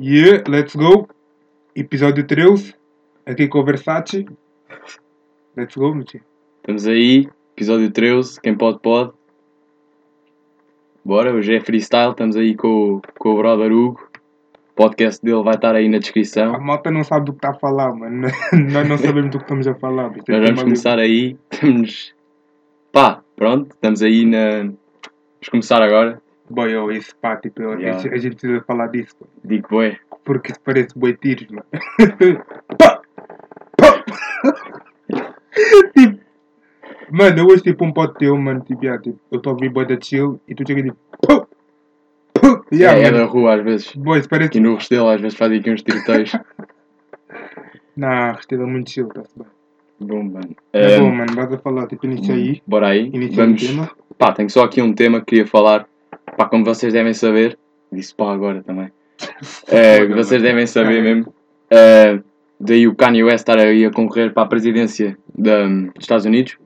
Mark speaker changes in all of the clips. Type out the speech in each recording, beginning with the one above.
Speaker 1: Yeah, let's go. Episódio 13. Aqui com o Versace. Let's go, Michi.
Speaker 2: Estamos aí, episódio 13, quem pode pode. Bora, hoje é freestyle, estamos aí com, o- com o brother Hugo. O podcast dele vai estar aí na
Speaker 1: A
Speaker 2: descrição.
Speaker 1: malta não sabe do que está a falar, mano. Nós não sabemos do que estamos a falar. Isto é
Speaker 2: Nós vamos
Speaker 1: tema
Speaker 2: começar aí, estamos... Pá, pronto, estamos aí na... Vamos começar agora.
Speaker 1: livre. Boy, oh, esse pá, tipo, eu- a
Speaker 2: Yeah.
Speaker 1: gente- a gente precisa falar disso. mano.
Speaker 2: Digo, ué,
Speaker 1: Porque isso parece boi tiros, mano. tipo, mano, eu hoje tipo um pote teu, mano. Tipo, yeah, tipo, eu estou a ouvir boi da chill e tu chega e tipo. pum, pum. Yeah,
Speaker 2: é, é
Speaker 1: mano.
Speaker 2: da rua às vezes.
Speaker 1: Boy, isso parece
Speaker 2: Aqui no Restelo às vezes faz aqui uns tiroteios.
Speaker 1: Não, Restelo é muito chill, tá-se bem.
Speaker 2: bom, mano.
Speaker 1: É
Speaker 2: Ahm,
Speaker 1: bom, mano, vais a falar, tipo, inicia aí.
Speaker 2: Bora aí,
Speaker 1: Inicia
Speaker 2: um vamos...
Speaker 1: o tema.
Speaker 2: Pá, tenho só aqui um tema que queria falar. Pá, como vocês devem saber, disse pá agora também. É,
Speaker 1: Foda,
Speaker 2: vocês
Speaker 1: mano.
Speaker 2: devem saber mesmo. É, daí o Kanye West estar aí a concorrer para a presidência da- hum, dos Estados Unidos.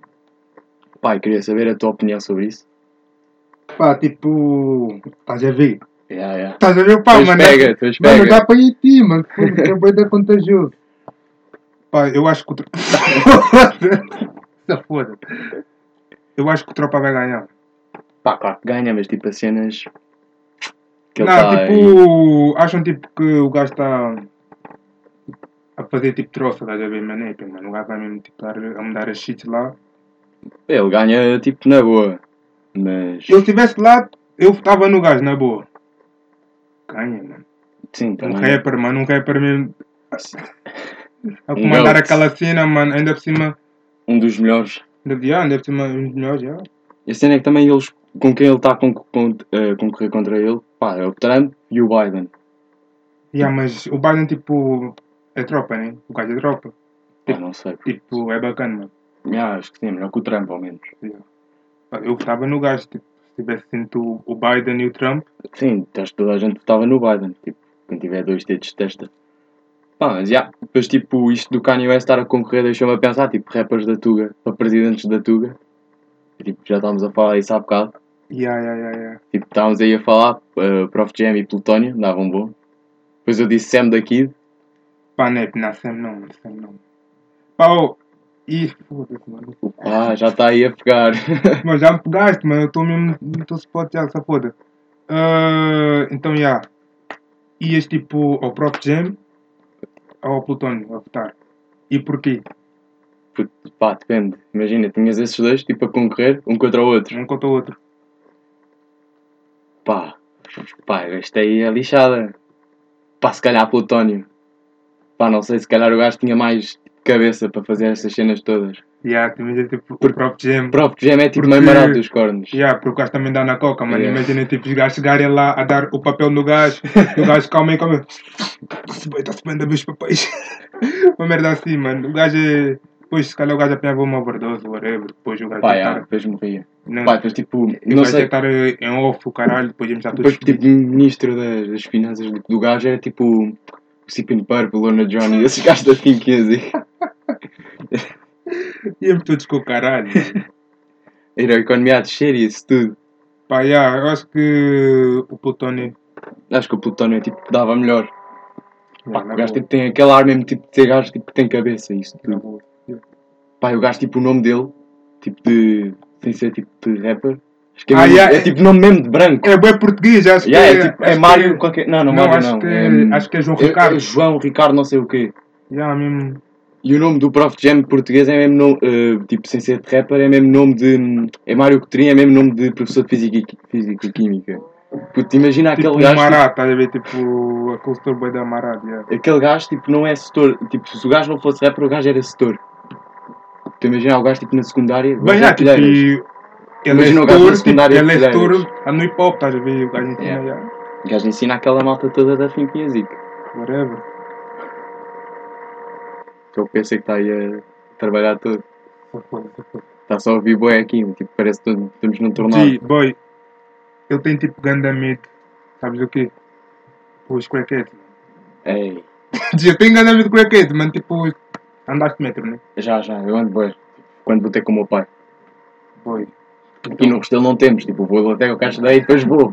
Speaker 2: Pá, eu queria saber a tua opinião sobre isso.
Speaker 1: Pá, tipo. Estás a ver?
Speaker 2: Yeah, yeah.
Speaker 1: Estás a ver Tá o pá,
Speaker 2: Pois
Speaker 1: mano?
Speaker 2: pega, pois
Speaker 1: Mano,
Speaker 2: pega.
Speaker 1: dá para ir a ti, mano. foda-se, É boi da contagioso. Pá, eu acho que o. Tro- Foda-se. foda Eu acho que o Tropa vai ganhar.
Speaker 2: Pá, claro que ganha, mas tipo as cenas. Que ele
Speaker 1: não,
Speaker 2: está aí.
Speaker 1: tipo. Acham tipo que o gajo está. A fazer tipo troça, estás a ver, mano? É, pá, mano, O gajo vai mesmo tipo, dar, a mudar as shits lá.
Speaker 2: Ele ganha tipo na boa. Mas.
Speaker 1: Se eu estivesse lá, eu estava no gajo, na boa. Ganha, mano.
Speaker 2: Sim,
Speaker 1: Um
Speaker 2: também. é
Speaker 1: rapper, mano, um rapper mesmo. A
Speaker 2: Um
Speaker 1: comandar
Speaker 2: goat.
Speaker 1: aquela cena, mano, ainda por cima.
Speaker 2: Um dos melhores.
Speaker 1: Ainda, yeah, ainda por cima, um melhor, já.
Speaker 2: E a cena é que também eles, com quem ele está a con- con- eh, concorrer contra ele, pá, é o Trump e o Biden.
Speaker 1: Yeah, mas o Biden, tipo, é tropa, né? O gajo é tropa.
Speaker 2: Pá, não sei.
Speaker 1: Tipo, é bacana, mano.
Speaker 2: Ah, acho que sim, melhor que o Trump, ao menos.
Speaker 1: Eu votava no gajo, tipo, se tivesse sido o Biden e o Trump.
Speaker 2: Sim, acho que toda a gente votava no Biden. Tipo, quem tiver dois dedos de testa. Pá, mas já. Depois, tipo, isto do Kanye West estar a concorrer deixou-me a pensar, tipo, rappers da Tuga para presidentes da Tuga. E, tipo, já estávamos a falar isso há bocado.
Speaker 1: Yeah, yeah, yeah, yeah.
Speaker 2: Tipo, estávamos aí a falar, eh, Prof. Jam e Plutónio, davam bom. Depois eu disse Sam da Kid.
Speaker 1: Pá, né? Não, Sam não, mano, Sam não. Pá, oh. Ih, foda-se, mano.
Speaker 2: Ah, já está aí a pegar.
Speaker 1: Mano, já me pegaste, mano. Eu estou mesmo. Estou spot já, essa foda. Ah, então, já. Yeah. Ias tipo ao próprio Jam ou ao Plutónio a votar. E porquê?
Speaker 2: Puto, pá, depende. Imagina, tinhas esses dois tipo a concorrer um contra o outro.
Speaker 1: Um contra o outro.
Speaker 2: Pá, pá, esta aí é lixada. Pá, se calhar Plutónio. Pá, não sei, se calhar o gajo tinha mais cabeça para fazer essas cenas todas.
Speaker 1: Yeah, imagina tipo o
Speaker 2: Porque-
Speaker 1: próprio Jam.
Speaker 2: O próprio Gem é tipo meio
Speaker 1: Porque-
Speaker 2: marado dos cornos.
Speaker 1: Yeah, porque o gajo também dá na coca, mano.
Speaker 2: Yeah.
Speaker 1: Imagina tipo os gajos chegarem lá a dar o papel no gajo e o gajo calma aí, calma aí. Está-se bem, está-se bem, dá meus papéis. Uma merda assim, mano. O gajo é. Pois, se calhar o gajo apanhava uma overdose, whatever. Depois o gajo
Speaker 2: Pá,
Speaker 1: ia
Speaker 2: já,
Speaker 1: estar.
Speaker 2: depois morria.
Speaker 1: Não,
Speaker 2: Pá, depois tipo,
Speaker 1: o
Speaker 2: não
Speaker 1: gajo ia
Speaker 2: sei.
Speaker 1: estar eh, em off, o caralho. Depois íamos já todos.
Speaker 2: Depois tipo, ministro das, das finanças do, do gajo era tipo o Sipin Purple, Lona Johnny, esses gajos da Think Music.
Speaker 1: Íamos todos com o caralho.
Speaker 2: Era a economia a descer e isso tudo.
Speaker 1: Pá, yeah, eu acho que o Plutónio.
Speaker 2: Acho que o Plutónio tipo dava melhor. Pá,
Speaker 1: na
Speaker 2: o gajo
Speaker 1: boa,
Speaker 2: tipo, tem aquele ar mesmo tipo de ser gajo tipo, que tem cabeça e isso
Speaker 1: na
Speaker 2: tudo.
Speaker 1: boa.
Speaker 2: Pá, o gajo tipo o nome dele, tipo de. sem ser tipo de rapper. Acho que é,
Speaker 1: Ah,
Speaker 2: mesmo-
Speaker 1: yeah.
Speaker 2: é tipo nome mesmo de branco.
Speaker 1: É bem português, acho
Speaker 2: Yeah,
Speaker 1: que
Speaker 2: é, tipo, é
Speaker 1: acho
Speaker 2: Mário
Speaker 1: que-
Speaker 2: qualquer. Não, não,
Speaker 1: Não,
Speaker 2: Mário
Speaker 1: acho,
Speaker 2: não.
Speaker 1: que,
Speaker 2: É,
Speaker 1: acho que é João
Speaker 2: é- é
Speaker 1: Ricardo.
Speaker 2: João Ricardo, não sei o quê.
Speaker 1: Yeah, mesmo.
Speaker 2: E o nome do Prof Jam português é mesmo nome, eh, tipo sem ser de rapper, é mesmo nome de. É Mário Coutrinho, é mesmo nome de professor de física e, qui- físico e química. Puto, imagina
Speaker 1: Tipo
Speaker 2: aquele
Speaker 1: o
Speaker 2: gajo.
Speaker 1: Mará, estás a ver? Tipo, aquele setor boi da Mará, yeah.
Speaker 2: tipo, aquele gajo tipo não é setor. Tipo, se o gajo não fosse rapper, o gajo era setor. Tu imagina o gajo tipo na secundária. o
Speaker 1: Bem,
Speaker 2: gajo é
Speaker 1: já, tipo,
Speaker 2: pilheiras.
Speaker 1: e ele é
Speaker 2: Imagina o gajo
Speaker 1: setor,
Speaker 2: na
Speaker 1: tipo,
Speaker 2: secundária
Speaker 1: ele é
Speaker 2: de
Speaker 1: setor
Speaker 2: Telheiros.
Speaker 1: ah, no hip hop, estás a ver? O gajo ensina,
Speaker 2: Yeah.
Speaker 1: yeah,
Speaker 2: O gajo ensina aquela malta toda da Think Music.
Speaker 1: whatever.
Speaker 2: Que eu pensei que está aí a trabalhar todo.
Speaker 1: Só foda, só foda.
Speaker 2: Está só a ouvir boé aqui, tipo, parece que estamos- estamos num tornado.
Speaker 1: G, boy, ele tem tipo ganda medo, sabes o quê? Os crackheads.
Speaker 2: Ei,
Speaker 1: G, eu tenho ganda medo de crackheads, mano, tipo, os- andaste de metro, né?
Speaker 2: já, já, eu ando boé. Quando vou ter com o meu pai.
Speaker 1: Boy,
Speaker 2: Aqui no Restelo não temos, tipo, vou até o caixa daí e depois vou.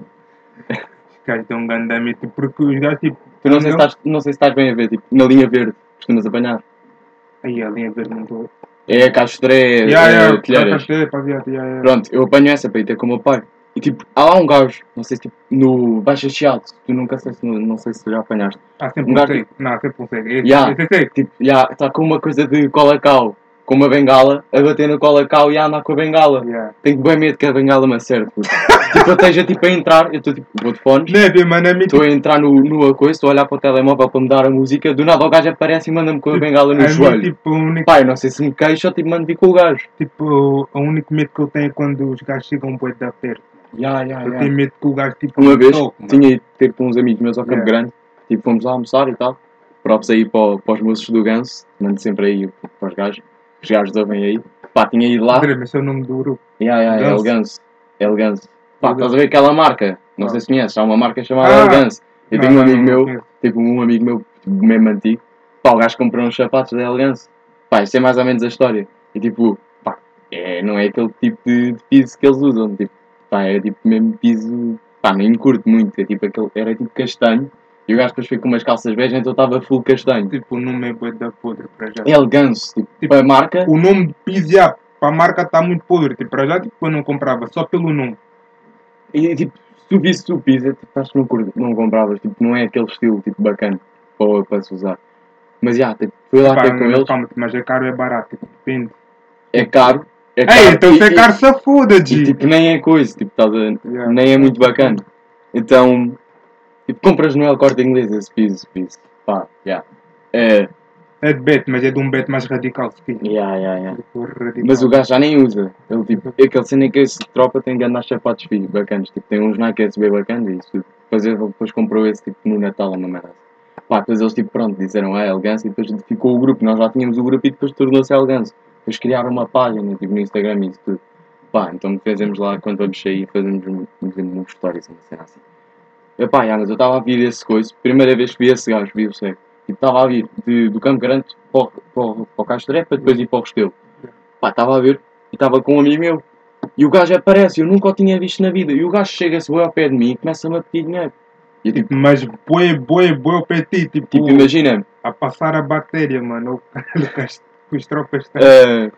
Speaker 1: os gajos têm um ganda medo, tipo, porque os gajos, tipo,
Speaker 2: Tu não,
Speaker 1: Ah,
Speaker 2: sei se
Speaker 1: não?
Speaker 2: estás, não sei se estás bem a ver, tipo, na linha verde, costumas apanhar.
Speaker 1: Aí a linha verde mudou.
Speaker 2: É Cachotré,
Speaker 1: Ya,
Speaker 2: é,
Speaker 1: ya,
Speaker 2: Telheiras.
Speaker 1: Cachoeira, pá, viado, ya, ya.
Speaker 2: Pronto, eu apanho essa para ir ter com o meu pai. E tipo, há lá um gajo, não sei se tipo, no Baixo Chiado, tu nunca sei se, não sei se já apanhaste.
Speaker 1: Há sempre um
Speaker 2: Lugar
Speaker 1: seco. Não, sempre um seco. Esse,
Speaker 2: Ya.
Speaker 1: esse é seco.
Speaker 2: Tipo, já está com uma coisa de colacau, com uma bengala, a bater no colacau e a andar com a bengala.
Speaker 1: Ya.
Speaker 2: Tenho bem medo que a bengala me acerte. puto. tipo, eu esteja tipo a entrar, eu estou tipo, vou de fones,
Speaker 1: Não é bem, mano, é
Speaker 2: estou
Speaker 1: mítico.
Speaker 2: a entrar no, no coisa, estou a olhar para o telemóvel para mudar a música, do nada o gajo aparece e manda-me com a bengala no
Speaker 1: É
Speaker 2: joelho.
Speaker 1: tipo, o único,
Speaker 2: Pai, não sei se me queixo ou tipo, mando vir com o gajo.
Speaker 1: tipo, o único medo que eu tenho é quando os gajos chegam boi da perto.
Speaker 2: Ya, ya,
Speaker 1: Eu
Speaker 2: ya.
Speaker 1: tenho medo que o gajo, tipo,
Speaker 2: Uma vez
Speaker 1: toque, mano.
Speaker 2: tinha ido ter com uns amigos meus ao Campo
Speaker 1: Yeah.
Speaker 2: Grande, tipo, fomos lá almoçar e tal. Props aí para, o- para os moços do Ganso, mando sempre aí para os gajos, os gajos ouvem aí. Pá, tinha ido lá,
Speaker 1: André, mas é o nome do grupo.
Speaker 2: yeah, yeah, é
Speaker 1: Ganso.
Speaker 2: o Ganso, é o Ganso. Pá,
Speaker 1: O
Speaker 2: estás a ver aquela marca, não
Speaker 1: Ah.
Speaker 2: sei se conheces, há uma marca chamada
Speaker 1: Ah.
Speaker 2: El Ganso. Eu tenho um
Speaker 1: Não, não,
Speaker 2: amigo
Speaker 1: não
Speaker 2: meu,
Speaker 1: conheço.
Speaker 2: tipo, um amigo meu, mesmo antigo, pá, o gajo comprou uns sapatos da El Ganso. Pá, isso é mais ou menos a história. E tipo, pá, é, não é aquele tipo de, de piso que eles usam, tipo, pá, era tipo mesmo piso, pá, nem curto muito, é, tipo, aquele, era tipo castanho, e o gajo depois foi com umas calças beijas, então estava full castanho.
Speaker 1: Tipo, o nome é boi da podre para já.
Speaker 2: El Ganso, tipo,
Speaker 1: Tipo,
Speaker 2: a marca,
Speaker 1: O nome de Pizia para a marca está muito podre. Tipo, para já, tipo, eu não comprava, só pelo nome.
Speaker 2: E tipo, se tu visse o Pisa, tipo, acho que não, cur- não compravas, tipo, não é aquele estilo tipo, bacana para, para se usar. Mas já, tipo, fui lá
Speaker 1: Pá,
Speaker 2: ter com
Speaker 1: mas,
Speaker 2: eles,
Speaker 1: calma, mas é caro ou é barato? Tipo, depende.
Speaker 2: é caro, é caro.
Speaker 1: Ei, então
Speaker 2: e-
Speaker 1: se é
Speaker 2: e-
Speaker 1: caro, se foda,
Speaker 2: e,
Speaker 1: G.
Speaker 2: tipo, nem é coisa, tipo, estás a-
Speaker 1: Yeah.
Speaker 2: nem é muito bacana. Então, tipo, compras no El Corte Inglês esse piso, piso. Pá, já. É,
Speaker 1: É de bet, mas é de um bet mais radical. Sim.
Speaker 2: já, já, já.
Speaker 1: Tipo, radical.
Speaker 2: Mas o gajo já nem usa. Ele, tipo, é aquele cena em que esse tropa tem de andar sapatos filhos bacanas. Tipo, tem uns Nike SB bacanas e isso tudo. Depois, ele- depois comprou esse, tipo, no Natal, uma merda. Pá, depois eles, tipo, pronto, disseram a elegância e depois ficou o grupo. Nós já tínhamos o grupo e depois tornou-se a elegância. Depois criaram uma página, tipo, no Instagram e isso tudo. Pá, então fazemos lá, quando vamos sair, fazemos um, fazemos um stories, uma cena assim. Epá, já, mas eu estava a vir esse coisa. Primeira vez que vi esse gajo, vi o seco. Tipo, estava a vir de- do Campo Grande para, o- para, o- para o Castro para depois ir para o Restelo. Pá, estava a ver e estava com um amigo meu. E o gajo aparece, eu nunca o tinha visto na vida. E o gajo chega-se bem ao pé de mim e começa-me a pedir dinheiro. E eu tipo,
Speaker 1: Mas boi, boi, boi ao pé de ti, tipo,
Speaker 2: tipo imagina,
Speaker 1: a passar a bactéria, mano. O- Os tropas têm.
Speaker 2: ah,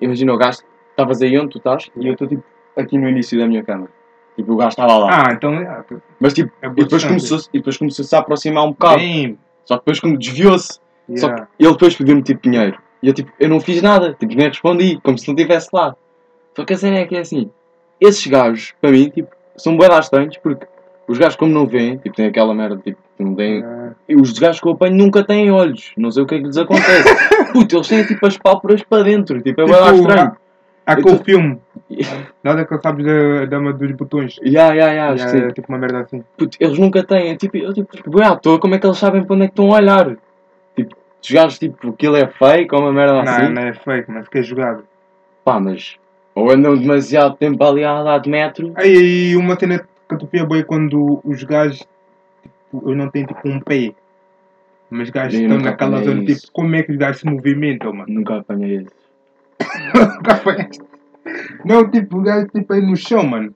Speaker 2: imagina o gajo, estavas aí onde tu estás e eu estou tipo aqui no início da minha cama. Tipo, o gajo estava lá.
Speaker 1: Ah, então é.
Speaker 2: Mas tipo,
Speaker 1: É
Speaker 2: e depois
Speaker 1: bastante.
Speaker 2: começou-se e depois começou-se a aproximar um bocado.
Speaker 1: Bem,
Speaker 2: Só que depois como desviou-se. Só
Speaker 1: yeah.
Speaker 2: que ele depois pediu-me tipo dinheiro. E eu tipo, eu não fiz nada, tipo, nem respondi, como se não estivesse lá. Só que a cena é que é assim, esses gajos, para mim, tipo, são bem estranhos porque os gajos como não veem, tipo, tem aquela merda, tipo, não têm.
Speaker 1: Yeah.
Speaker 2: E os gajos que eu apanho nunca têm olhos, não sei o que é que lhes acontece. Puto, eles têm tipo as pálpebras para dentro, tipo, é bem lá
Speaker 1: Tipo,
Speaker 2: estranho.
Speaker 1: Há aquele
Speaker 2: Então-
Speaker 1: filme.
Speaker 2: Ya,
Speaker 1: Nada que sabes da dama dos botões.
Speaker 2: ya, ya,
Speaker 1: Ya,
Speaker 2: Ah, sim.
Speaker 1: é tipo uma merda assim.
Speaker 2: Puto, eles nunca têm. é Tipo, eu tipo, boi à toa, como é que eles sabem para onde é que estão a olhar? Tipo, os gajos, tipo, aquilo é fake ou uma
Speaker 1: Não,
Speaker 2: merda assim.
Speaker 1: não é fake, mas que é jogado.
Speaker 2: Pá, mas. Ou andam demasiado tempo ali a andar de metro.
Speaker 1: Aí e uma cena que eu topia bem quando os gajos tipo, eu não tenho tipo um pé. Mas os gajos
Speaker 2: Eu
Speaker 1: estão
Speaker 2: nunca
Speaker 1: naquela
Speaker 2: apanhei
Speaker 1: zona
Speaker 2: isso.
Speaker 1: tipo, como é que os gajos se movimentam, mano?
Speaker 2: Nunca apanhei esses.
Speaker 1: Nunca apanhaste. Não, tipo, o gajo tipo aí no chão, mano.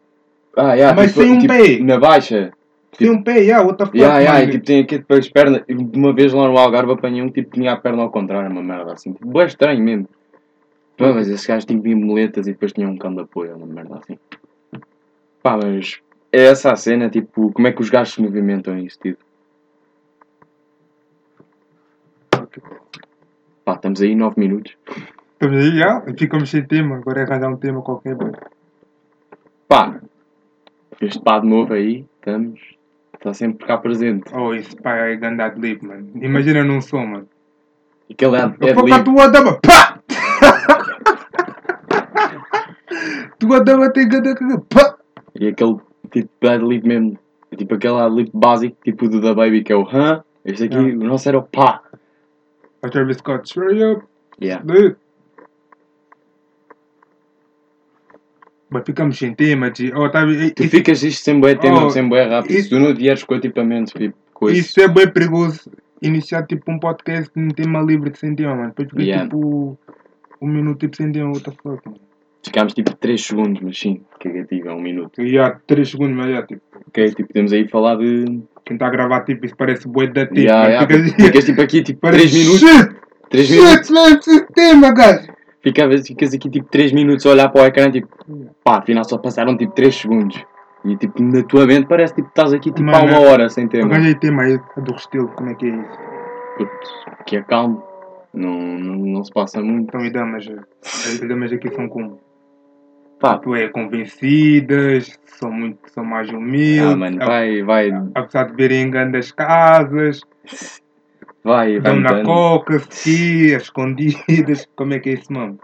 Speaker 2: Ah, yeah,
Speaker 1: Mas
Speaker 2: tipo,
Speaker 1: sem um
Speaker 2: tipo,
Speaker 1: pé.
Speaker 2: Na baixa.
Speaker 1: Tem um pé, yeah, what the fuck,
Speaker 2: Tipo- Yeah, yeah, e
Speaker 1: mano.
Speaker 2: tipo, tem aqui depois as pernas. Eu, De uma vez lá no Algarve apanhei um que tipo, tinha a perna ao contrário, uma merda assim. Tipo, bué estranho mesmo. Pá, mas esse gajo tinha moletas e depois tinha um cão de apoio, uma merda assim. Pá, mas. É essa a cena, tipo, como é que os gajos se movimentam isso, tipo. Pá, estamos aí 9 minutos.
Speaker 1: Estamos aí, yeah, ficamos sem tema, agora é arranjar um tema qualquer. mano.
Speaker 2: Pá, este pá de novo aí, estamos. Está sempre cá presente.
Speaker 1: Oh, isso pá é ganda adlib, mano. Imagina num som, mano.
Speaker 2: Aquele é, é
Speaker 1: Eu vou
Speaker 2: de
Speaker 1: com a
Speaker 2: livro.
Speaker 1: tua dama, pá! tua dama tem ganda cagada, pá!
Speaker 2: E aquele tipo de adlib mesmo. É tipo aquele adlib básico, tipo do da Baby, que é o hã? Este aqui,
Speaker 1: Yeah.
Speaker 2: o nosso era o pá.
Speaker 1: O Travis Scott, hurry up,
Speaker 2: Yeah.
Speaker 1: dude. Mas ficamos sem tema, tio. Oh, tá, e-
Speaker 2: Tu
Speaker 1: e-
Speaker 2: ficas isto sem bué tempo,
Speaker 1: Oh,
Speaker 2: sem bué rápido.
Speaker 1: isso-
Speaker 2: Se tu não vieres com equipamento, tipo, coisa.
Speaker 1: isso é bem perigoso. Iniciar tipo um podcast num tema livre de sem tema, mano. Depois fica
Speaker 2: Yeah.
Speaker 1: tipo um minuto tipo sem tema, what the fuck, mano.
Speaker 2: Ficámos tipo 3 segundos, mas sim, cagativo, é um minuto.
Speaker 1: E há 3 segundos, mas já, tipo.
Speaker 2: Ok, tipo, podemos aí falar de
Speaker 1: Quem está a gravar, tipo, isso parece bué da tipo.
Speaker 2: Yeah,
Speaker 1: mano.
Speaker 2: yeah.
Speaker 1: Ficas-
Speaker 2: Ficas tipo aqui, tipo,
Speaker 1: parece
Speaker 2: 3 minutos.
Speaker 1: Shit,
Speaker 2: 3 minutos.
Speaker 1: shit, man, esse tema, gajo.
Speaker 2: Ficavas, ficas aqui tipo 3 minutos a olhar para o ecrã, tipo, pá, afinal só passaram tipo 3 segundos. E tipo, na tua mente parece tipo, estás aqui tipo há
Speaker 1: Mano,
Speaker 2: uma hora sem tema.
Speaker 1: Arranjei é tema aí do Restelo, como é que é isso?
Speaker 2: Puto, que acalme. Não, não, não se passa muito.
Speaker 1: Então, e damas? As damas aqui são como?
Speaker 2: Pá,
Speaker 1: Tu é convencidas, são muito, são mais humildes.
Speaker 2: ah, mano,
Speaker 1: a-
Speaker 2: vai, vai,
Speaker 1: apesar de verem em grandes casas,
Speaker 2: vai, vai
Speaker 1: dão na
Speaker 2: mudando.
Speaker 1: coca, ski, escondidas, como é que é isso, mano?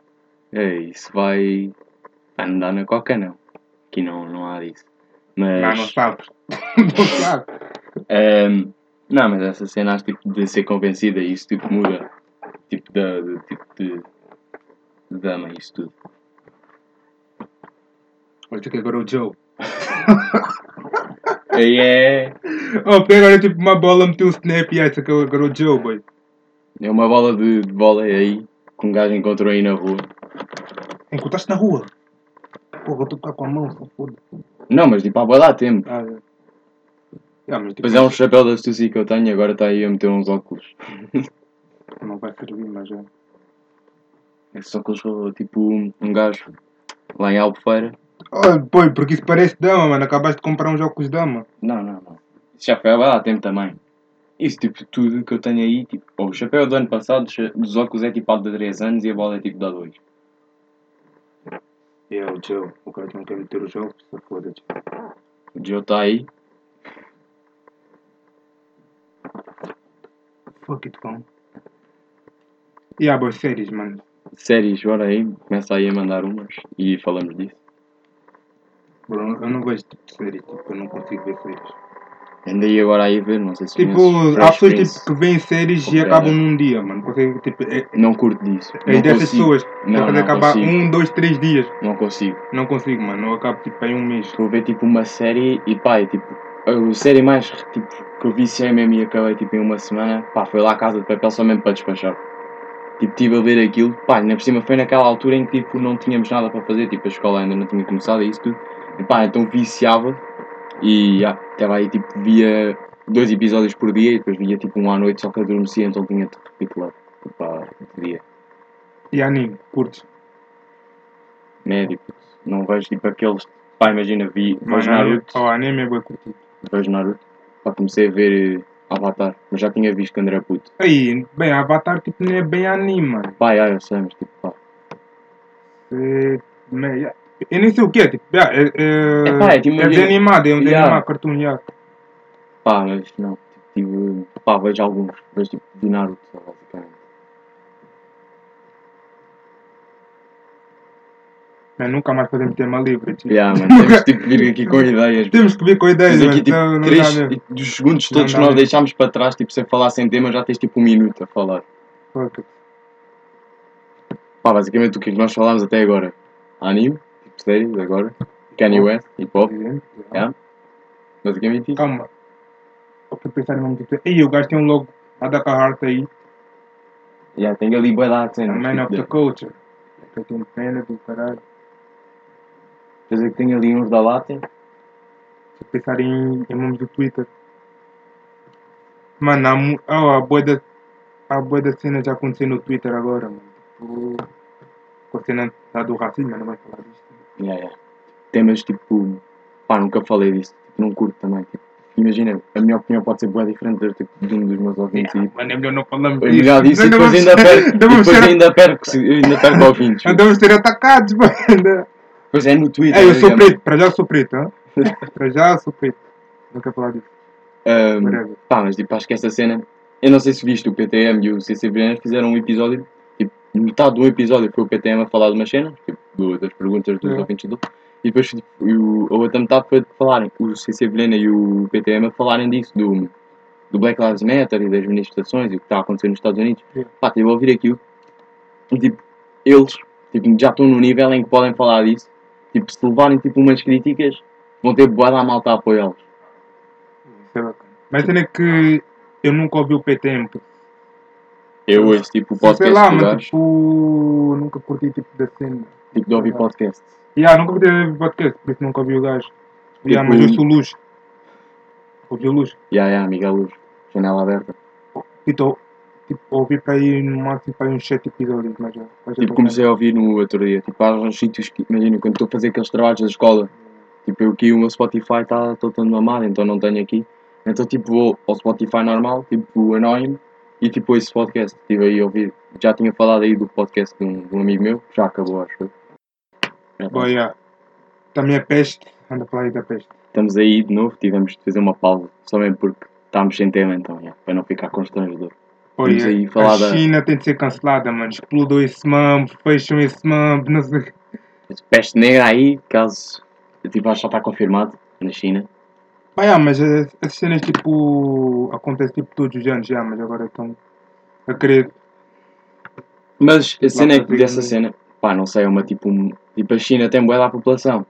Speaker 2: É isso, vai. Vai não dar na coca, não. Aqui não, não há disso. Mas.
Speaker 1: Não, não sabes. Não sabes.
Speaker 2: Ehm, não, mas essa cena acho tipo, de ser convencida e isso tipo muda. Tipo da. de- tipo de. de dama e isso tudo.
Speaker 1: Olha que agora é o Joe.
Speaker 2: Aí é.
Speaker 1: Oh, pegaram tipo uma bola, meteu um snap e essa que agora o Joe, boy.
Speaker 2: É uma bola de, de bola aí que um gajo encontrou aí na rua.
Speaker 1: Encontraste na rua. Porra, eu tô cá com a mão, só foda.
Speaker 2: Não, mas tipo, há boa dá tempo.
Speaker 1: Ah, é. Ah, mas, tipo,
Speaker 2: Pois é um chapéu da Suzy que eu tenho e agora está aí a meter uns óculos.
Speaker 1: Não vai servir, mas é.
Speaker 2: Esses óculos são tipo um um gajo lá em Albufeira.
Speaker 1: Oh, boy, porque isso parece dama, mano. Acabaste de comprar uns óculos dama.
Speaker 2: Não, não, não. Isso já foi há bué de tempo também. Isso, tipo, tudo que eu tenho aí, tipo, pô, o chapéu do ano passado dos dos óculos é tipo há de 3 anos e a bola é tipo da 2.
Speaker 1: É, o Joe. O cara não quer meter os óculos, tá só foda-te.
Speaker 2: O Joe está aí.
Speaker 1: Fuck it, cão. Yeah, boy, séries, mano.
Speaker 2: Séries, bora aí, começa aí a mandar umas e falamos disso.
Speaker 1: Bro, eu não vejo tipo de séries, tipo, eu não consigo ver séries.
Speaker 2: Andei agora aí a ver, não sei se
Speaker 1: Tipo,
Speaker 2: conheces,
Speaker 1: há
Speaker 2: Fresh
Speaker 1: pessoas
Speaker 2: Prince.
Speaker 1: tipo, que veem séries e
Speaker 2: Compreendo.
Speaker 1: acabam num dia, mano. Consegue, tipo, é,
Speaker 2: Não curto disso.
Speaker 1: é
Speaker 2: não
Speaker 1: dessas
Speaker 2: consigo.
Speaker 1: pessoas.
Speaker 2: Não,
Speaker 1: Não,
Speaker 2: não
Speaker 1: acabar
Speaker 2: consigo.
Speaker 1: um, dois, três dias.
Speaker 2: Não consigo.
Speaker 1: Não consigo, mano. Eu acabo tipo em um mês.
Speaker 2: Estou a ver tipo uma série e pá, e, tipo, a série mais tipo, que eu viciei mesmo e acabei tipo em uma semana, pá, foi lá à casa de papel só mesmo para despachar. Tipo, estive a ver aquilo, pá, ainda por cima foi naquela altura em que tipo não tínhamos nada para fazer, tipo a escola ainda não tinha começado e isso tudo. E pá, então viciava e já, estava aí tipo via dois episódios por dia e depois via tipo um à noite só que adormecia, então tinha de recapitular. Pá, dia.
Speaker 1: E anime, curto.
Speaker 2: Médico, não vejo tipo aqueles, pá, imagina, vi, vejo Naruto.
Speaker 1: Oh, anime é bem curtido.
Speaker 2: Vejo Naruto. Pá, comecei a ver eh, Avatar, mas já tinha visto quando era puto.
Speaker 1: Aí, bem, Avatar tipo não é bem anime, mano.
Speaker 2: Pá, já, eu sei, mas tipo, pá.
Speaker 1: É, né, yeah. Eu nem sei o que é, tipo, yeah, é, é,
Speaker 2: É pá, é tipo
Speaker 1: é
Speaker 2: imagina-
Speaker 1: desanimado, é um
Speaker 2: Yeah.
Speaker 1: desanimado cartoon, yeah.
Speaker 2: Pá, mas não. Tipo, tive- pá, vejo alguns. Vejo tipo de Naruto, só, basicamente.
Speaker 1: Mas nunca mais podemos ter uma livre, tipo.
Speaker 2: Já, mano, temos tipo de vir aqui com ideias.
Speaker 1: Temos que vir com ideias,
Speaker 2: Tens
Speaker 1: mano,
Speaker 2: aqui tipo
Speaker 1: senão não dá
Speaker 2: três
Speaker 1: mesmo.
Speaker 2: e dos segundos
Speaker 1: Não
Speaker 2: todos
Speaker 1: dá
Speaker 2: que nós
Speaker 1: mesmo.
Speaker 2: deixámos para trás, tipo, sem falar sem tema, já tens tipo um minuto a falar.
Speaker 1: Fuck it.
Speaker 2: Pá, basicamente o que é que nós falámos até agora? Anime, tipo séries agora, Kanye West, hip hop,
Speaker 1: Yeah.
Speaker 2: yeah. basicamente isso.
Speaker 1: Calma. Eu fui pensar num tipo. Ei, o gajo tem um logo Adaka Heart aí.
Speaker 2: Já, tem ali boa da cena.
Speaker 1: Man of the Culture. Eu tenho pena do caralho.
Speaker 2: Quer dizer que tem ali uns da Latin.
Speaker 1: Fui pensar em, em nomes do Twitter. Mano, há, mu- oh, há boa da. Há boa da cena já aconteceu no Twitter agora, mano. Tipo. Com a cena da do racismo, mas não vai falar disto.
Speaker 2: Yeah, yeah. Temas tipo. Pá, nunca falei disso. Tipo, não curto também. Tipo, imagina, a minha opinião pode ser bem diferente da, tipo, de um dos meus ouvintes. e-
Speaker 1: Mano, é melhor não falamos
Speaker 2: É melhor disso e
Speaker 1: Não,
Speaker 2: depois
Speaker 1: não
Speaker 2: ainda
Speaker 1: vamos-
Speaker 2: perco. e
Speaker 1: não vamos
Speaker 2: Depois
Speaker 1: ser-
Speaker 2: ainda perco, se- ainda perco ouvintes. tipo,
Speaker 1: Andamos a ser atacados, mano.
Speaker 2: Depois é no Twitter.
Speaker 1: Ei, eu sou
Speaker 2: digamos.
Speaker 1: preto, para já sou preto, hã? Para já sou preto. Não quero falar disso,
Speaker 2: Ahm,
Speaker 1: whatever.
Speaker 2: pá, mas tipo, acho que essa cena. Eu não sei se viste o PTM e o CCBN fizeram um episódio. Tipo, metade do episódio foi o PTM a falar de uma cena, tipo, do- das perguntas dos
Speaker 1: Yeah.
Speaker 2: ouvintes do. E depois tipo, e o, a outra metade foi de falarem, o CCBN e o PTM a falarem disso, do, do Black Lives Matter e das manifestações e o que está a acontecer nos Estados Unidos.
Speaker 1: Yeah.
Speaker 2: Pá, tipo, ouvir aquilo. E tipo, eles tipo, já estão num nível em que podem falar disso. Tipo, se levarem tipo umas críticas, vão ter boada à malta a apoiá-los.
Speaker 1: Isso é bacana. Mas a cena é que eu nunca ouvi o PTM. porque,
Speaker 2: Eu hoje, tipo, o
Speaker 1: sei
Speaker 2: podcast
Speaker 1: lá,
Speaker 2: do gajo.
Speaker 1: mas tipo, nunca curti tipo da cena.
Speaker 2: Tipo, de ouvir podcast.
Speaker 1: Yeah, nunca curti o podcast, por isso nunca ouvi o gajo. Yeah,
Speaker 2: Tipo-
Speaker 1: mas eu sou luxo. ouvi luz.
Speaker 2: Ya, ya, Miguel Luz. Janela aberta.
Speaker 1: Então, tipo, ouvi para aí no máximo para aí uns 7 episódios, mas já. mas já
Speaker 2: Tipo,
Speaker 1: tô
Speaker 2: comecei a ouvir no outro dia. Tipo, há uns sítios que, imagina, quando estou a fazer aqueles trabalhos da escola, tipo, eu aqui o meu Spotify está todo todo mamado, então não tenho aqui. Então, tipo, vou ao Spotify normal, tipo, anónimo, e tipo, esse podcast. Estive aí a ouvir. Já tinha falado aí do podcast de um, de um amigo meu, já acabou, acho eu. Já tá.
Speaker 1: nessa. Boa, yeah. Também a peste, anda para aí da peste.
Speaker 2: Estamos aí de novo, tivemos de fazer uma pausa, só mesmo porque estávamos sem tema, então, já, para não ficar constrangedor.
Speaker 1: Boa,
Speaker 2: Vamos aí falar
Speaker 1: a
Speaker 2: da-
Speaker 1: China tem de ser cancelada, mano. Explodou esse mambo, fecham esse mambo, não sei. o quê.
Speaker 2: Mas Peste negra aí, caso, tipo, acho que já está confirmado na China.
Speaker 1: Ah, yeah, mas eh, essas cenas tipo. acontecem tipo todos os anos já, mas agora estão a querer.
Speaker 2: Mas a cena é que
Speaker 1: para ver
Speaker 2: dessa
Speaker 1: mesmo.
Speaker 2: cena, pá, não sei, é uma tipo. um- tipo, a China tem boa da população.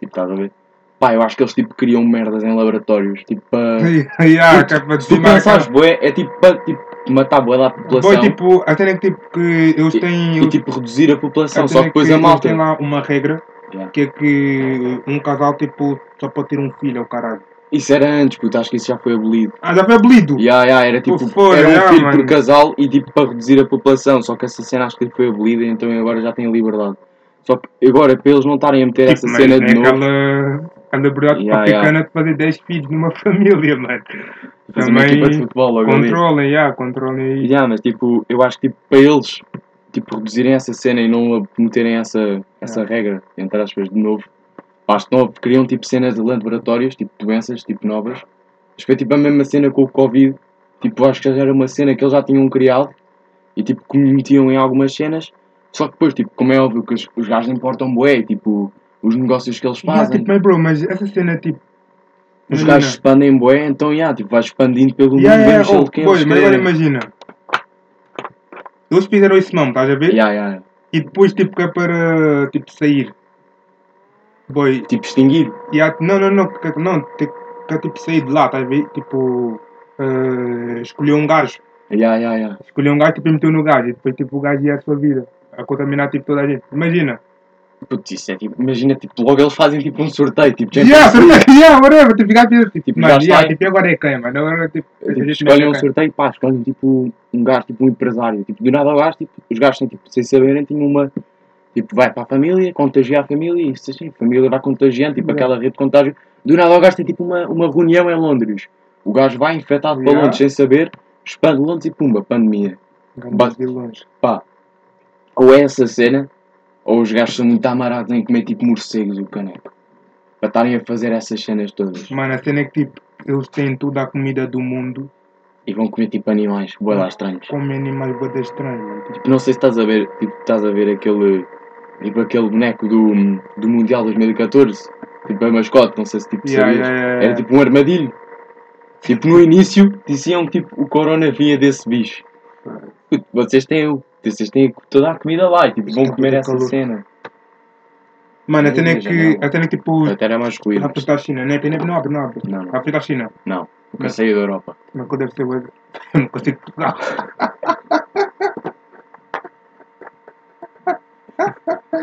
Speaker 2: Tipo, estás a ver? Pá, eu acho que eles tipo criam merdas em laboratórios. Tipo, para.
Speaker 1: yeah, que é para
Speaker 2: Se tu
Speaker 1: dizimar a
Speaker 2: pensares, bué, é tipo para tipo, matar boa da população
Speaker 1: Boy, tipo, a cena é que tipo que eles têm.
Speaker 2: e tipo reduzir a população.
Speaker 1: a
Speaker 2: Só
Speaker 1: cena
Speaker 2: que
Speaker 1: é
Speaker 2: depois
Speaker 1: que
Speaker 2: a
Speaker 1: eles
Speaker 2: malta.
Speaker 1: têm lá uma regra
Speaker 2: Yeah.
Speaker 1: que é que um casal tipo só pode ter um filho, ao caralho.
Speaker 2: Isso era antes, puto, acho que isso já foi abolido.
Speaker 1: Ah, já foi abolido!
Speaker 2: Ya, ya, era
Speaker 1: Pô,
Speaker 2: tipo.
Speaker 1: fora,
Speaker 2: era um
Speaker 1: ya,
Speaker 2: filho por
Speaker 1: mano.
Speaker 2: casal e tipo para reduzir a população. Só que essa cena acho que foi abolida, então agora já tem liberdade. Só que agora, para eles não estarem a meter
Speaker 1: Tipo,
Speaker 2: essa
Speaker 1: mas
Speaker 2: cena
Speaker 1: não
Speaker 2: de
Speaker 1: é
Speaker 2: novo.
Speaker 1: aquela. A liberdade
Speaker 2: Yeah,
Speaker 1: africana de fazer 10 filhos numa família, mano.
Speaker 2: fazer uma
Speaker 1: também
Speaker 2: equipa de futebol logo ali.
Speaker 1: Controlem, yeah, controlem aí.
Speaker 2: Yeah, mas tipo, eu acho que tipo, para eles tipo, reduzirem essa cena e não a- meterem essa, essa regra, entre aspas, de novo, acho que não criam tipo cenas de laboratórios, tipo doenças, tipo novas. Mas foi tipo a mesma cena com o Covid, tipo, acho que já era uma cena que eles já tinham criado e tipo, que metiam em algumas cenas. Só que depois, tipo, como é óbvio que os, os gajos importam bué, e, tipo, os negócios que eles
Speaker 1: Yeah,
Speaker 2: fazem,
Speaker 1: tipo, mas bro, mas essa cena tipo.
Speaker 2: os
Speaker 1: imagina.
Speaker 2: gajos expandem bué, então, yeah, tipo, vai expandindo pelo mundo,
Speaker 1: Yeah, yeah,
Speaker 2: mesmo sendo
Speaker 1: oh,
Speaker 2: quem
Speaker 1: boy,
Speaker 2: eles é.
Speaker 1: mas agora
Speaker 2: querem.
Speaker 1: imagina. Eles fizeram esse nome, estás a ver?
Speaker 2: Yeah, yeah.
Speaker 1: E depois tipo que é para tipo, sair. Boy,
Speaker 2: Tipo, extinguido.
Speaker 1: e há, não, não, não, que, não, tem que é, tipo sair de lá, estás a ver? Tipo. eh, escolheu um gajo.
Speaker 2: Yeah, yeah, yeah.
Speaker 1: Escolheu um gajo tipo, e meteu no gajo. E depois tipo o gajo ia à sua vida. A contaminar tipo toda a gente. Imagina.
Speaker 2: Putz, isso é tipo, imagina, tipo, logo eles fazem tipo um sorteio, tipo, gente,
Speaker 1: Yeah, yeah, whatever, tipo, gajo, tipo,
Speaker 2: Tipo,
Speaker 1: tipo,
Speaker 2: já
Speaker 1: mano,
Speaker 2: está
Speaker 1: yeah,
Speaker 2: aí.
Speaker 1: tipo, e agora é quem, mano? Agora tipo, essa
Speaker 2: tipo,
Speaker 1: gente
Speaker 2: escolhem um
Speaker 1: mexe a quem?
Speaker 2: sorteio, pá, escolhem tipo um gajo, tipo um empresário, tipo, do nada o gajo, tipo, os gajos têm, tipo, sem saberem, tinham uma, tipo, vai para a família, contagia a família, e isso assim, a família vai contagiando, tipo,
Speaker 1: Yeah.
Speaker 2: aquela rede de contágio, do nada o gajo tem tipo uma, uma reunião em Londres, o gajo vai infectado para
Speaker 1: Yeah.
Speaker 2: Londres sem saber, expande Londres e pumba, pandemia.
Speaker 1: Grandes
Speaker 2: Bate-
Speaker 1: vilões.
Speaker 2: Ou é essa cena, ou os gajos são muito amarados em comer tipo morcegos e o caneco, para estarem a fazer essas cenas todas.
Speaker 1: Mano, a cena é que tipo, eles têm toda a comida do mundo,
Speaker 2: E vão comer tipo animais, bué lá estranhos.
Speaker 1: comem animais bodas estranhos, mano. Tipo,
Speaker 2: Tipo, não sei se estás a ver, tipo, estás a ver aquele, tipo, aquele boneco do, do Mundial 2014, tipo, a mascote, não sei se tipo,
Speaker 1: yeah,
Speaker 2: sabias.
Speaker 1: yeah, yeah,
Speaker 2: Era
Speaker 1: yeah.
Speaker 2: tipo um armadilho. Tipo, no início diziam que tipo, o corona vinha desse bicho. Puto, Vocês têm, o- vocês têm toda a comida lá e tipo,
Speaker 1: Isto
Speaker 2: vão
Speaker 1: tem
Speaker 2: comer
Speaker 1: todo
Speaker 2: essa
Speaker 1: calor.
Speaker 2: cena.
Speaker 1: Mano, a cena é
Speaker 2: Ai,
Speaker 1: que,
Speaker 2: janela.
Speaker 1: a cena é que tipo,
Speaker 2: Até era masculino.
Speaker 1: África da China, né? Não, não abre, não abre.
Speaker 2: Não, não,
Speaker 1: África da China,
Speaker 2: não. Nunca saí da Europa.
Speaker 1: não é que deve ser o Não consigo Portugal.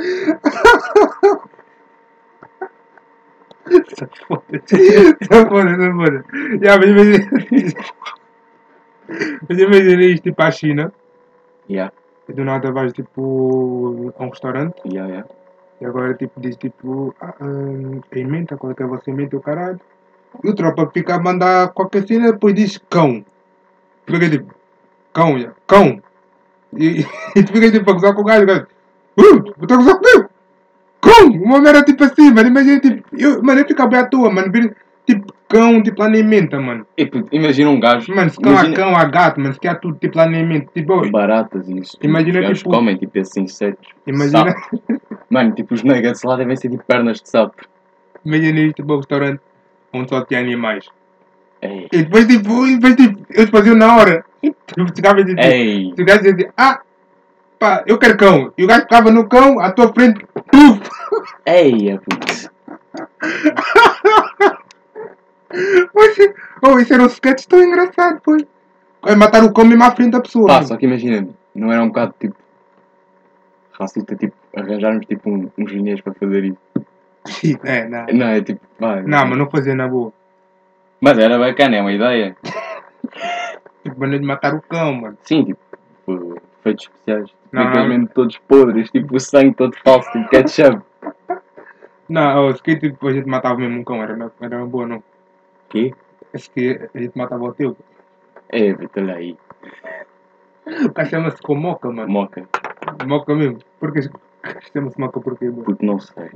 Speaker 1: Só foda-se, só foda-se, só foda-se. Já, mas imagina. Mas imagina isto tipo à China,
Speaker 2: Yeah,
Speaker 1: e do nada vais tipo a um restaurante.
Speaker 2: yeah, yeah.
Speaker 1: E agora tipo diz tipo ah, hum, em menta, qual é que é a vossa emenda o caralho? E o tropa fica a mandar qualquer cena depois diz cão. Tu fica tipo, cão, já, cão. E, e tu fica tipo a gozar com o gajo, o gajo. Uh, vou estar a gozar comigo! Cão! Uma merda tipo assim, mano, imagina tipo, eu, mano, eu fico bem à toa, mano, vir tipo cão, tipo lá na emenda, mano.
Speaker 2: E, puto, imagina um gajo.
Speaker 1: Mano, se cão há
Speaker 2: imagina-
Speaker 1: cão, há gato, mano, se quer há tudo tipo lá na emenda, tipo, oi,
Speaker 2: baratas e isso.
Speaker 1: Imagina,
Speaker 2: os gajos
Speaker 1: tipo-
Speaker 2: comem tipo esses insetos.
Speaker 1: imagina.
Speaker 2: Sapo. Mano, tipo os nuggets lá devem ser tipo pernas de sapo.
Speaker 1: Imagina isto para o restaurante onde só tinha animais.
Speaker 2: Ei,
Speaker 1: E depois tipo, e depois tipo, eles faziam na hora. Eu ficava de dizer,
Speaker 2: ei,
Speaker 1: o gajo dizia, ah, pá, eu quero cão. E o gajo ficava no cão, à tua frente, puf!
Speaker 2: ei, é puto.
Speaker 1: Oxe, Oh, isso era um sketch tão engraçado, pois. Vai matar o cão mesmo à frente da pessoa.
Speaker 2: Pá,
Speaker 1: mano.
Speaker 2: só que imagina, não era um bocado tipo. Racista, tipo, arranjarmos tipo um- uns dinheiros para fazer isso.
Speaker 1: É, não.
Speaker 2: Não, é tipo, vai.
Speaker 1: Não, mas não fazia na boa.
Speaker 2: Mas era bacana, é uma ideia.
Speaker 1: Tipo, maneira de matar o cão, mano.
Speaker 2: Sim, tipo, tipo, efeitos especiais. Tipo,
Speaker 1: Não.
Speaker 2: aqueles mesmo todos podres, tipo o sangue todo falso, tipo ketchup.
Speaker 1: Não, oh, se que tipo, a gente matava mesmo um cão, era, uma- era uma boa, não.
Speaker 2: Quê?
Speaker 1: Se que a gente matava o teu.
Speaker 2: É, Vitor, olha aí.
Speaker 1: O cara chama-se com moca, mano.
Speaker 2: Moca,
Speaker 1: Moca mesmo. Porque chama-se moca é porquê, mano?
Speaker 2: porque não sei.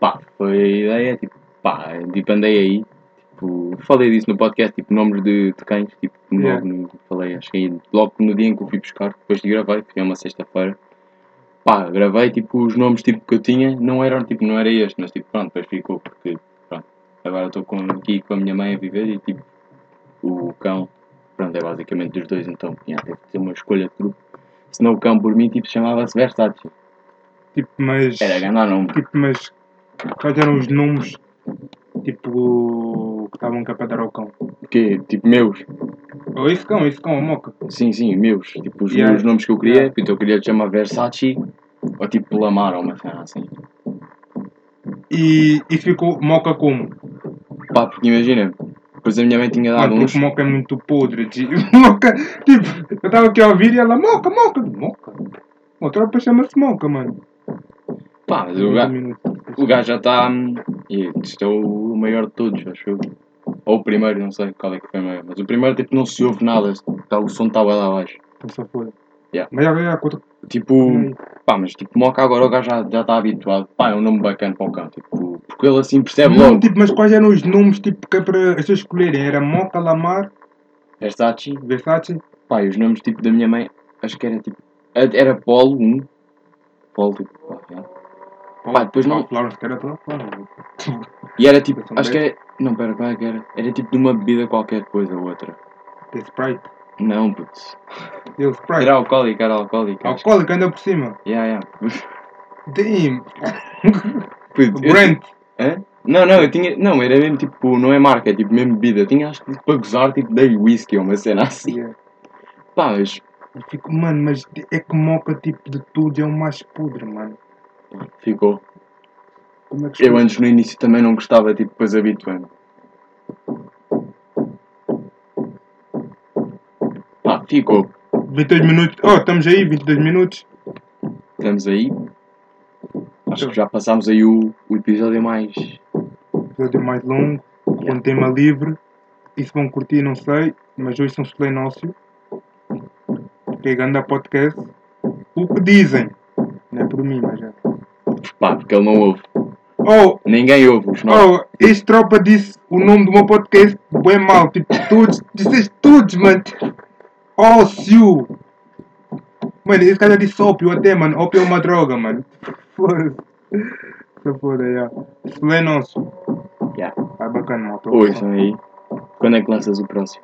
Speaker 2: Pá, foi a ideia, tipo, pá, tipo, andei aí. Tipo, falei disso no podcast, tipo, nomes de, de cães, tipo,
Speaker 1: Yeah.
Speaker 2: logo no- falei, acho que aí, logo no dia em que eu fui buscar, depois de gravei, porque é uma sexta-feira. Pá, gravei, tipo, os nomes, tipo, que eu tinha, não eram, tipo, não era este, mas, tipo, pronto, depois ficou, porque, pronto, agora estou com, aqui com a minha mãe a viver e, tipo, o cão, pronto, é basicamente dos dois, então, tinha teve que ter uma escolha de grupo. Senão o cão, por mim, tipo, chamava-se Versátil.
Speaker 1: Tipo, mas.
Speaker 2: Era ganhar nome.
Speaker 1: Tipo, mas. Quais eram os nomes, tipo, que estavam cá para dar ao cão?
Speaker 2: Que, tipo, meus.
Speaker 1: Oh, esse cão, esse cão, a moca.
Speaker 2: Sim, sim, meus. Tipo, os
Speaker 1: Yeah.
Speaker 2: meus nomes que eu queria.
Speaker 1: Yeah.
Speaker 2: Então eu queria te chamar Versace ou tipo Lamar ou uma cena assim.
Speaker 1: E, e ficou moca como?
Speaker 2: Pá, porque imagina, depois a minha mãe tinha dado
Speaker 1: Mano,
Speaker 2: uns.
Speaker 1: porque moca é muito podre. De... Moca, tipo, eu estava aqui a ouvir e ela, moca, moca, moca. Uma tropa chama-se moca, mano. tipo,
Speaker 2: Pá, mas o gajo, o gajo já está. hum, E isto é o maior de todos, acho eu. Ou o primeiro, não sei qual é que foi o maior. Mas o primeiro, tipo, não se ouve nada. tá- o som estava lá abaixo.
Speaker 1: Então só foda.
Speaker 2: Yeah.
Speaker 1: Mas já veio a conta. Hum.
Speaker 2: Tipo, pá, mas tipo, Moca agora o gajo já está habituado. Pá, é um nome bacana para o cão. Tipo, porque ele assim percebe
Speaker 1: Não,
Speaker 2: logo.
Speaker 1: tipo, mas quais eram os nomes tipo, que é para as pessoas escolherem? Era moca, lamar,
Speaker 2: Versace
Speaker 1: Versace.
Speaker 2: Pá, e os nomes tipo da minha mãe, acho que era tipo. a- Era Polo 1. Polo tipo. pá, já. Pá, depois não-
Speaker 1: Florence, que era toda Florence.
Speaker 2: E era tipo.
Speaker 1: Versão
Speaker 2: Acho que era. Não, pera, qual é que era? Era tipo de uma bebida qualquer coisa ou outra.
Speaker 1: Tem Sprite.
Speaker 2: Não, putz.
Speaker 1: Deu Sprite.
Speaker 2: Era alcoólica, era alcoólica. acho
Speaker 1: Alcoólico, anda por cima.
Speaker 2: que- Yeah, yeah. Putz,
Speaker 1: Damn.
Speaker 2: putz, eu-
Speaker 1: Brent.
Speaker 2: Hã? Não, não, eu tinha. Não, era mesmo tipo. Não é marca, é tipo mesmo bebida. Eu tinha, acho que para gozar, tipo, dei whisky ou uma cena assim.
Speaker 1: Yeah.
Speaker 2: Pá, mas.
Speaker 1: Eu Fico, mano, mas é que moca tipo de tudo é o mais podre, mano.
Speaker 2: Ficou.
Speaker 1: Como é que
Speaker 2: Eu antes no início também não gostava, tipo, depois habituando. Pá, ficou.
Speaker 1: 22 minutos. Oh, estamos aí, 22 minutos.
Speaker 2: Estamos aí. Acho que já passámos aí o, o episódio mais.
Speaker 1: Episódio mais longo, com tema livre. E se vão curtir, não sei. Mas hoje são Solenócio. Que é grande podcast. O que dizem. Não é por mim, mas é.
Speaker 2: Pá, porque ele não ouve.
Speaker 1: Oh,
Speaker 2: Ninguém ouve os nossos.
Speaker 1: Oh, este tropa disse o nome do meu podcast bem mal. Tipo, todos, disseste todos, mano. tipo, Ócio. Mano, esse cara disse ópio até, mano. Ópio é uma droga, mano. Foda-se. Essa foda, já. Silêncio nosso.
Speaker 2: Yeah.
Speaker 1: Ah, bacana, malta.
Speaker 2: Ouçam aí. Quando é que lanças o próximo?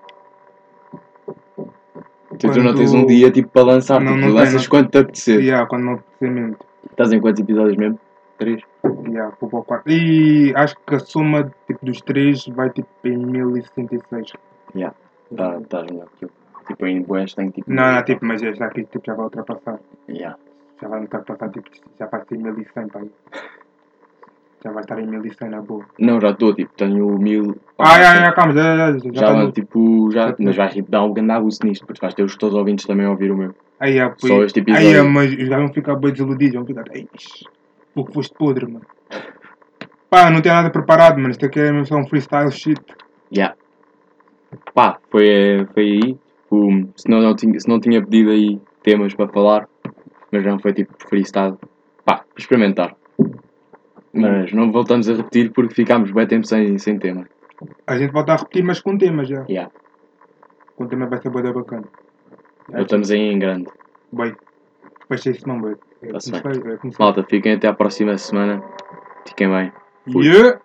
Speaker 2: Tu, tu não
Speaker 1: Quando-
Speaker 2: tens um dia tipo para lançar,
Speaker 1: Não,
Speaker 2: tipo,
Speaker 1: não
Speaker 2: tu
Speaker 1: tenho,
Speaker 2: lanças
Speaker 1: não.
Speaker 2: quando te apetecer.
Speaker 1: Yeah, quando não apetecer mesmo.
Speaker 2: Estás em quantos episódios mesmo? Três?
Speaker 1: Yeah, vou para o quarto. E acho que a soma tipo, dos três vai tipo em 1066.
Speaker 2: Já. Tá, estás melhor que eu. Tipo, em Boés tenho tipo.
Speaker 1: Não, não, tipo, mas já aqui tipo, já vai ultrapassar.
Speaker 2: Yeah.
Speaker 1: Já vai ultrapassar, tipo, já vai ser 1100 para aí. Já vai estar em 1100 na boa.
Speaker 2: Não, já estou, tipo, tenho mil.
Speaker 1: Ah, já, já, calma, já, já, já.
Speaker 2: Já,
Speaker 1: já,
Speaker 2: vão,
Speaker 1: já
Speaker 2: tipo, já.
Speaker 1: Já-
Speaker 2: Mas vais tipo, dar um grande abuso nisto, porque vais ter os teus ouvintes também a ouvir o meu.
Speaker 1: aí, é,
Speaker 2: Só este episódio.
Speaker 1: Aí, é, mas os gajos vão ficar bem desiludidos, vão ficar. Ei, o que foste podre, mano. Pá, não tenho nada preparado, mano. Isto aqui é mesmo só um freestyle shit.
Speaker 2: Yeah. Pá, foi, foi aí. Tipo, se, não, não tinha, se não tinha pedido aí temas para falar, mas não foi tipo freestyle. Pá, para experimentar. Mas não voltamos a repetir porque ficámos bem tempo sem, sem tema.
Speaker 1: A gente volta a repetir, mas com tema já.
Speaker 2: Yeah.
Speaker 1: Com tema vai ser boa bacana. É.
Speaker 2: Voltamos aí em grande.
Speaker 1: Bem, fechei isso, não, bem. É,
Speaker 2: Tá certo.
Speaker 1: comecei, é, comecei.
Speaker 2: Malta, fiquem até à próxima semana. Fiquem bem. Fui.
Speaker 1: Yeah!